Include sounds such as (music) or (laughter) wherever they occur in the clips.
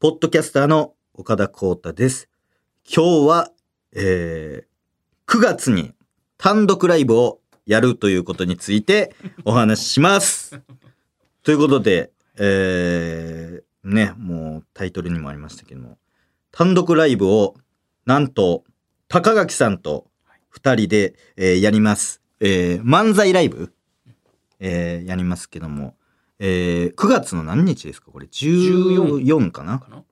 ポッドキャスターの岡田光太です。今日は、えー、9月に単独ライブをやるということについてお話しします。ということで、えー、ね、もうタイトルにもありましたけども、単独ライブをなんと高垣さんと2人で、えーやります、えー漫才ライブ、えーやりますけども、えー9月の何日ですかこれ14かなかな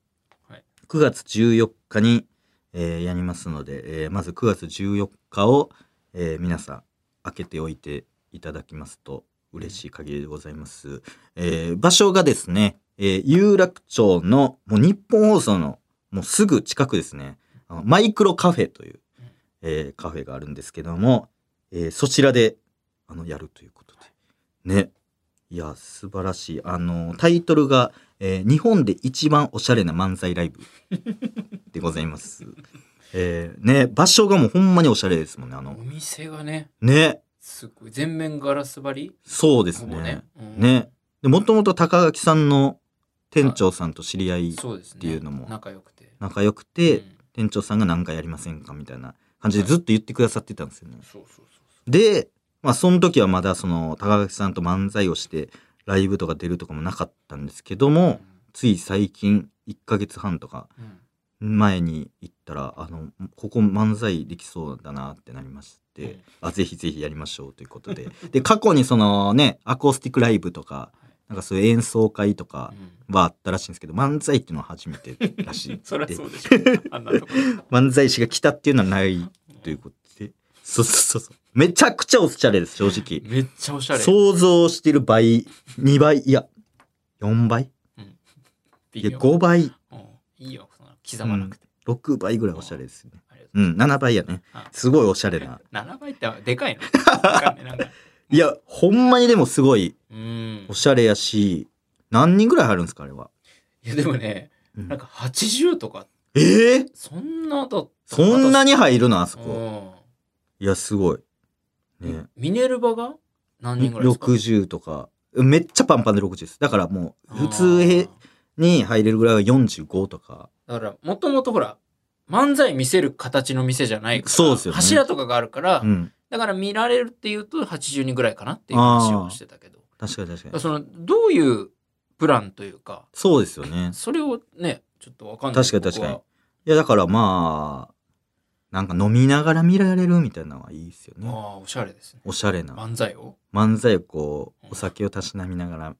9月14日に、えーやりますので、えーまず9月14日を、えー皆さん開けておいていただきますと嬉しい限りでございます、えー場所がですね、えー有楽町のもう日本放送のもうすぐ近くですねあのマイクロカフェといううん、えーカフェがあるんですけども、えーそちらであのやるということでねいや素晴らしいあのタイトルが、えー日本で一番おしゃれな漫才ライブ」でございます。えーね場所がもうほんまにおしゃれですもんねあおの店がね、ねすごい全面ガラス張りそうですほぼねね。。うんねでもともと高垣さんの店長さんと知り合いそうですね。っていうのも仲良くて。仲良くうて、ん店長さんが何かやりませんかみたいな感じでずっと言ってくださってたんですよね。そうそうそうで、まあ、その時はまだその高垣さんと漫才をしてライブとか出るとかもなかったんですけどそう。もつい最近1ヶ月半とかうん前に行ったらあのここ漫才できそうだなってなりまして、うんあぜひぜひやりましょうということ (laughs) でで過去にそのねアコースティックライブとかなんかそういう演奏会とかうんはあったらしいんですけど漫才っていうのは初めてらしい (laughs) そりゃで (laughs) そうでしょ。あんなところ。漫才師が来たっていうのはないということでそうそうそうそうめちゃくちゃおしゃれです正直。めっちゃおしゃれ。想像してる倍2倍いや4倍いいや5倍いいよ。そんな刻まなくて。 6倍ぐらいおしゃれですよねありがとううん7倍やねあすごいおしゃれな7倍ってでかいのわかんないなんかいやほんまにでもすごいうん (laughs) おしゃれやし何人ぐらい入るんですかあれは、いやでもねうんなんか80とかえー、そんなだったそんなにに入るのあそここいやすごいねミネルヴァが何人ぐらいですか60とかめっちゃパンパンで60ですだからもう普通へあに入れるぐらいは45とかーだからもともとほら漫才見せる形の店じゃないからそうですよね柱とかがあるから、うんだから見られるっていうと80人ぐらいかなっていう話をしてたけどだ確かに確かからにそのどういうプランというかそうですよねそれをねちょっとわかんない確かに確かに僕はいやだからまあなんか飲みながら見られるみたいなのはいいですよね。ああおしゃれですねおしゃれな漫才を漫才をこううんお酒をたしなみながら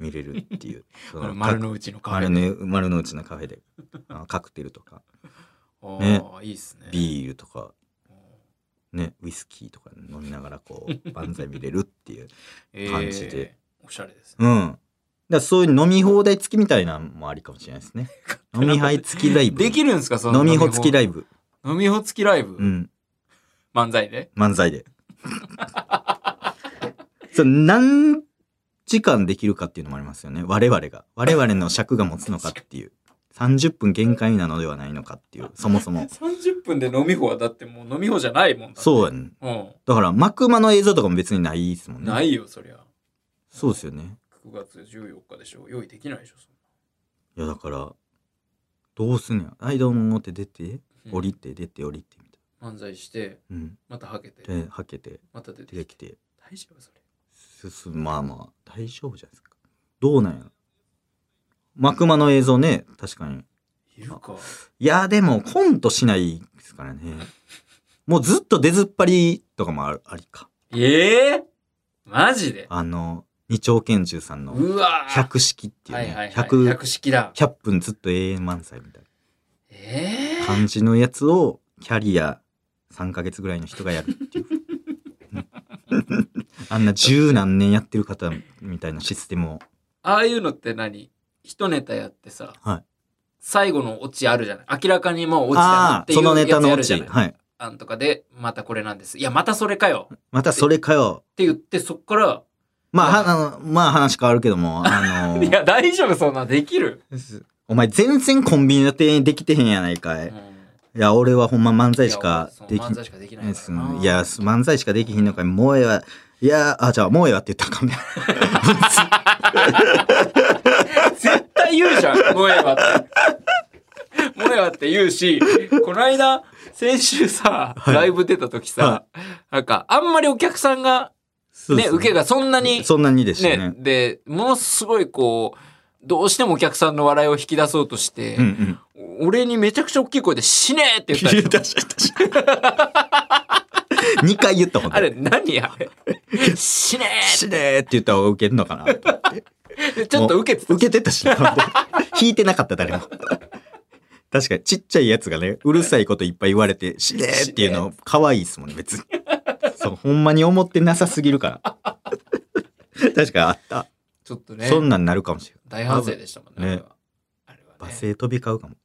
見れるっていうそあのの丸の内のカフ丸ェの丸の内のカフェであカクテルとかあねあ、いいっすね。ビールとか、ね、ウイスキーとか飲みながらこう (laughs) 漫才見れるっていう。感じでえー。おしゃれですね。うんだからそういう飲み放題付きみたいなのもありかもしれないですね。 (laughs) 飲み杯付きライブ。できるんですかその飲み放付きライイブ。ブ。飲みほ付きライブ、うん。漫才で。漫才 (laughs) で。それ何時間できるかっていうのもありますよね。我々が。我々の尺が持つのかっていう。30分限界なのではないのかっていう。そもそ (laughs) も。 30分で飲みほはだってもう飲みほじゃないもんだそうやね。ね。うん。だから、マクマの映像とかも別にないですもんね。ないよ、そりゃ。そうですよね。 9月14日でしょ。用意できないでしょ。いや、だから、どうすんのや。はい、どうもって出て、うん降りて、出て、降りて、みたい漫才して、な。うん。またはけて、で、はけて、また出て出てききて。て、大丈夫それ。進むまあまあ大丈夫じゃないですかどうなんやマクマの映像ね確かにいるか。いやでもコントしないですからねもうずっと出ずっぱりとかもあるありかええマジであの二丁拳銃さんのうわー百式っていうはいはいはねい。百百式だ。 100分ずっと永遠満載みたいええな感じのやつをキャリア3ヶ月ぐらいの人がやるってい (laughs) うあんな十何年やってる方みたいなシステムをああいうのって何一ネタやってさ、はい最後のオチあるじゃない明らかにもうオチだなあっあてーいうそのネやタつのやオるじゃチない。はいあんとかで、またこれなんです。いや、またそれかよっまたそれかよ。て言って、そっから、まあ、まあはあの、まあ話変わるけど (laughs) も、あのいや、大丈夫、そんな、できる。お前全然コンビニの店員できてへんやないかい。うんいや、俺はほんま漫才しいかやそうでき漫才しかできないでかすらな。いや、漫才しかできひんのかい。もうええわ。いや、あ、じゃあもうええわって言ったらあかんね。 (laughs) 絶対言うじゃん、もうええわって。って言うし、この間、先週さ、はいライブ出た時さは、なんか、あんまりお客さんが、そうでね、すね受けがそんなに、そんなにですねね、で、ものすごいこう、どうしてもお客さんの笑いを引き出そうとしてうんう、ん俺にめちゃくちゃ大きい声で死ね (laughs) ーって言ったでし言ょった言った2回言ったほんとあれ、何あれ。死ね (laughs) 死ねーって言った方が受けるのかな (laughs) と思ってーってちょっと受けてた。受けてたしなほんで引いてなかった誰も確かにちっちゃいやつがねうるさいこといっぱい言われて「死ねー」っていうの可愛いですもんね別にそうほんまに思ってなさすぎるから確かにあった、ちょっとね、そんなんなるかもしれない大反省でしたもんね。ねあれはあれはね罵声飛び交うかも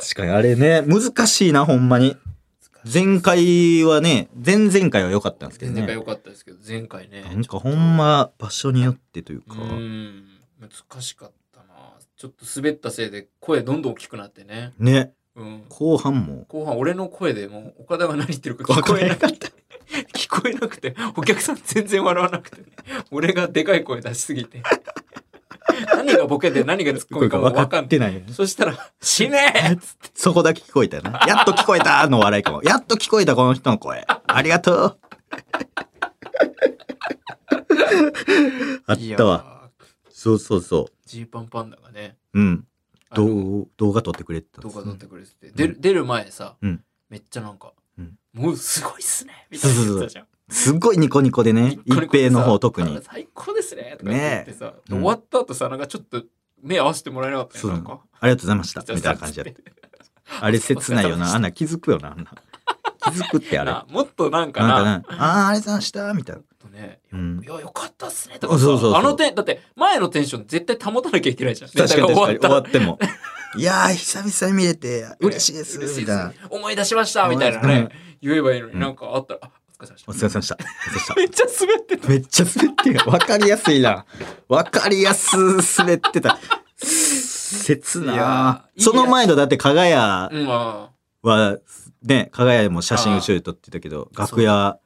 確かにあれね難しいなほんまに前回はね前々回は良かったんですけど前回ね良かったですけど、前回ね。なんかほんま場所によってといううか、ん、難しかったな。ちょっと滑ったせいで声どんどん大きくなってね。ねうん。後半も後半俺の声でもう岡田が何言ってるか聞こえなくて。 (laughs) 聞こえなくて、お客さん全然笑わなくて、 (laughs) 俺がでかい声出しすぎて。 (laughs) 何がボケで何が突っ込むかも分分かかっんない。てないよねそしたら、死ねーっつってそこだけ聞こえたよ (laughs) な。やっと聞こえたの笑いかも。やっと聞こえたこの人の声。ありがとう。(laughs) あったわ。わ。そうそうそジーパンパンダがね、う。うん。あの動動画撮ってくれてたん動ですね画撮ってくれてて、出る出る前さ、うんめっちゃなんか、うんもうすごいっすねみたいな言ってたじゃん。 (laughs) すっごいニコニコでね、これ一平の方特これに。さ最高ですねとか言ってさ、でうん終わった後さ、なんかちょっと目合わせてもらえなかったそうよなんか。ありがとうございました。みたいな感じだった。あれ切ないよな。あんな気づくよな。あ (laughs) んな気づくってあれ。なもっとなんかな、なんかな、あーありがとうございました。みたいな。ちょっとね、うんい。や、よかったっすねとかさそうそうそうあのテン、だって前のテンション絶対保たなきゃいけないじゃん。確かにネ確かに終タがわっても。いやー、久々に見れて嬉しいです。嬉しいみでたいなす。思い出しましたみたいなね、言えばいいのうに、んなんかあったら、あお疲れ様でしお疲たれ様でした。お疲れ様でした。めっちゃ滑って (laughs) た。めっちゃ滑ってる。わかりやすいな。わかりやす滑ってた。切いなやーいいやつその前のだって加賀屋うん、あは、ね、加賀屋でも写真後ろで撮ってたけど、あー楽屋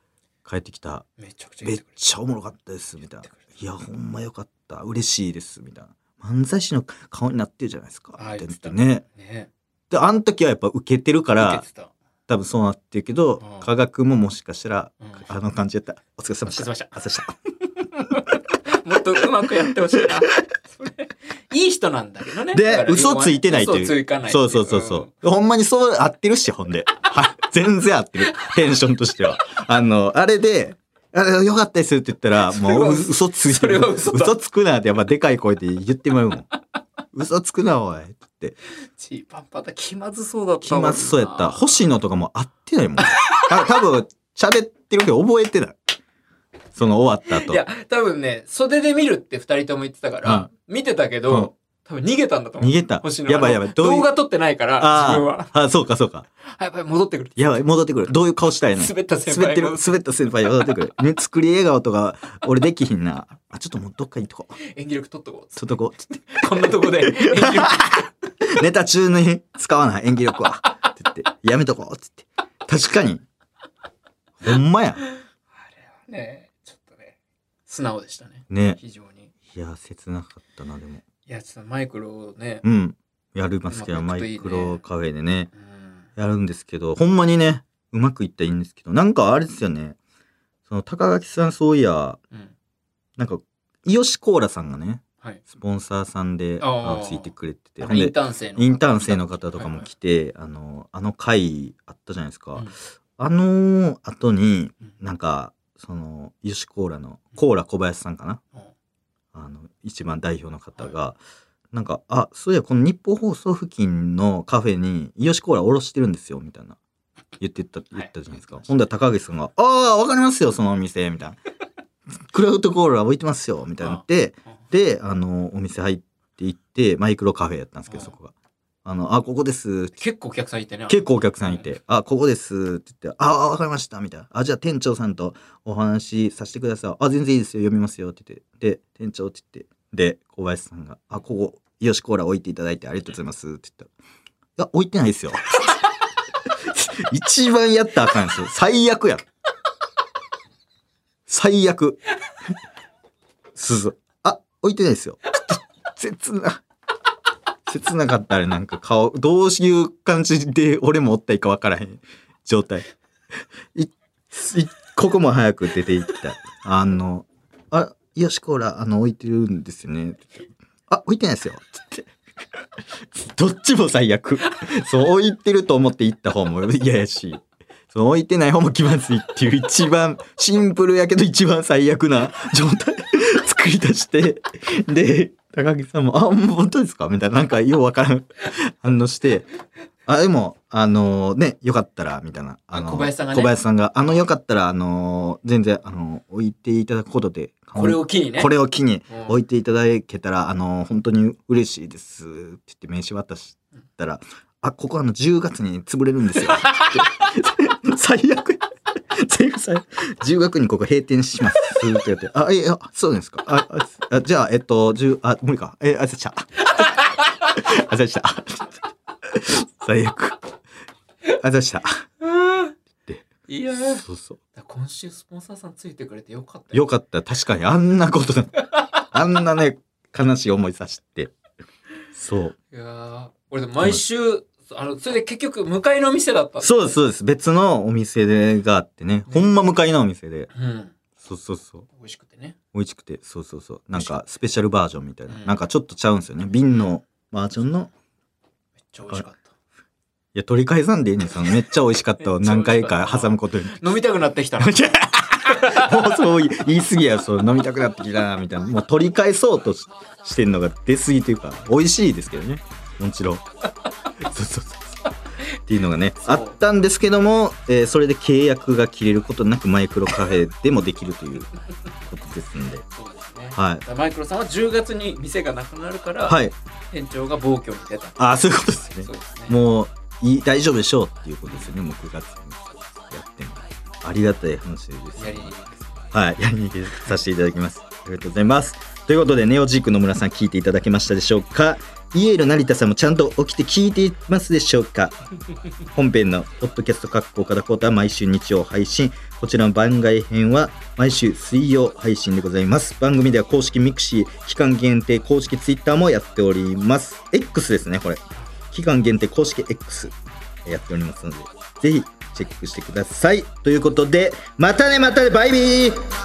帰ってきた。ーめちゃくちゃめ言っってくれちゃおもろかったです、みたいな言ってくれ。いや、ほんまよかった。嬉しいです、みたいな。漫才師の顔になってるじゃないですか。た。あーって言言っってたてね。ね。で、あの時はやっぱ受けてるか受らけ、てた。多分そうなってるけどうん、加賀くんももしかしたらうん、あの感じやったら、お疲れ様でした。お疲れ様でしたお疲れ様でした。もっとうまくやってほしいな。それいい人なんだけどね。でだから嘘ついてないという嘘つかないっていそうそうそうそう。。ほんまにそう合ってるし、ほんで。はい。全然合ってる。テンションとしては。あの、あれで、あれよかったですって言ったら、それはもうう嘘ついそてれる。は嘘だつくなってやっぱでかい声で言ってまうもん。嘘つくな、おい。って。うんチーパンパタ気まずそうだった気もんな。まずそうやった。星野とかも合ってないもん。た多分喋ってるけど覚えてない。その終わったい後。や、多分ね、袖で見るって二人とも言ってたから、見てたけど、うん多分逃げたんだと思う。逃げた星。野やばいやばい。どうい動う。画撮ってないから、あー自分は。あ、そうかそうか。あやっぱり戻ってくるって。やばい、戻ってくる。どういう顔したいの滑った先輩滑ってるも滑った先輩戻ってくる、ね、作り笑顔とか俺できひんなあちょっともうどっか行っとこう演技力取っとこうっつちょっとこうって。こんなと (laughs) こで演技力。ネタ中に使わない演技力はって言ってやめとこうって言って確かにほんまやねちょっとね、素直でしたね。ね非常に。いや切なかったなでもいや、ちょっとマイクロをね、うんやりますけどうまマくいイくとクいいねロカフェでねうんやるんですけどほんまにねうまくいったらいいんですけどなんかあれですよねその高垣さんそういやうん。なんかイヨシコーラさんがねはい。スポンサーさんであーあついてくれててあほんのイでンターン生のインターン生の方とかもはいはい来て、あの、あの回あったじゃないですか。うんあの後に、うんなんか、その、ヨシコーラの、コーラ小林さんかなうんあの、一番代表の方が、なんか、あ、そういや、この日本放送付近のカフェに、ヨシコーラおろしてるんですよ、みたいな。言ってた、言ったじゃないですか。はいほんで高岸さんが、ああ、わかりますよ、そのお店、みたいな。クラウトコーラ置いてますよ、みたいな言って、うんで、あの、お店入って行って、マイクロカフェやったんですけど、うんそこが。あの、あ、ここです。結構お客さんいてね。結構お客さんいて、あ、ここですって言って、あ、あわかりました、みたいな。あ、じゃあ店長さんとお話しさせてください。あ、全然いいですよ、読みますよって言って。で、店長って言って、で、小林さんが、あ、ここ、よしコーラ置いていただいてありがとうございますって言ったら、いや、置いてないですよ。 (laughs) 一番やったらあかんですよ。最悪や。最悪。 (laughs) すず、あ、置いてないですよ。切な。切なかったあれなんか顔どういう感じで俺もおったいか分からへん状態い一刻も早く出て行ったあの「あよしこらあの置いてるんですよね」って言ってあ置いてないですよ」って言ってどっちも最悪そう置いてると思って行った方も嫌やしその置いてない方も気まずいっていう一番シンプルやけど一番最悪な状態作り出してで高木さんも「あもう本当ですか?」みたいななんかようわからん反応して「あでもあのねよかったら」みたいなあの小林さんがね小林さんがあのよかったらあの全然あの置いていただくことでこれを機にねこれを機にうん置いていただけたら、あの本当に嬉しいですって言って名刺渡したら「あここあの10月に潰れるんですよ」 (laughs) って最悪全部最悪10月にここ閉店しますって言って「あいやそうですかあああじゃあえっと10あ無理かえあ (laughs) じゃああざした (laughs) 最悪あざしたうんでいやーそうそう今週スポンサーさんついてくれてよかったよかった確かにあんなこと (laughs) なあんなね悲しい思いさせてそういやー俺でも毎週、あのそれで結局向かいの店だったそうですそうです別のお店があってねほんま向かいのお店でうんそうそうそう美味しくてね美味しくてそうそうそうなんかスペシャルバージョンみたいな、うんなんかちょっとちゃうんですよね瓶のバージョンのめっちゃ美味しかっいや取り返さんでいいねんそのめっちゃ美味しかったを何回か挟むことにた飲みたくなって (laughs) きたなもうそう言い過ぎやそう飲みたくなってきたなみたいなもう取り返そうとししてんのが出過ぎというか美味しいですけどねもちろんそうそうそうそうっていうのがねそうあったんですけども、えーそれで契約が切れることなくマイクロカフェでもできるということですんでそうですねはいだからマイクロさんは10月に店がなくなるから、はい店長が暴挙に出たああそういうことですねそうですねもういい大丈夫でしょうっていうことですよねもう9月にやってもありがたい話ですやりはい、やりに行させていただきます。ありがとうございます。ということで、ネオジークの村さん、聞いていただけましたでしょうかイエール成田さんもちゃんと起きて聞いていますでしょうか本編のポッドキャスト各校からコータは毎週日曜配信。こちらの番外編は毎週水曜配信でございます。番組では公式ミクシー、期間限定公式ツイッターもやっております。X ですね、これ。期間限定公式 X やっておりますので、ぜひチェックしてください。ということで、またねまたね、バイビー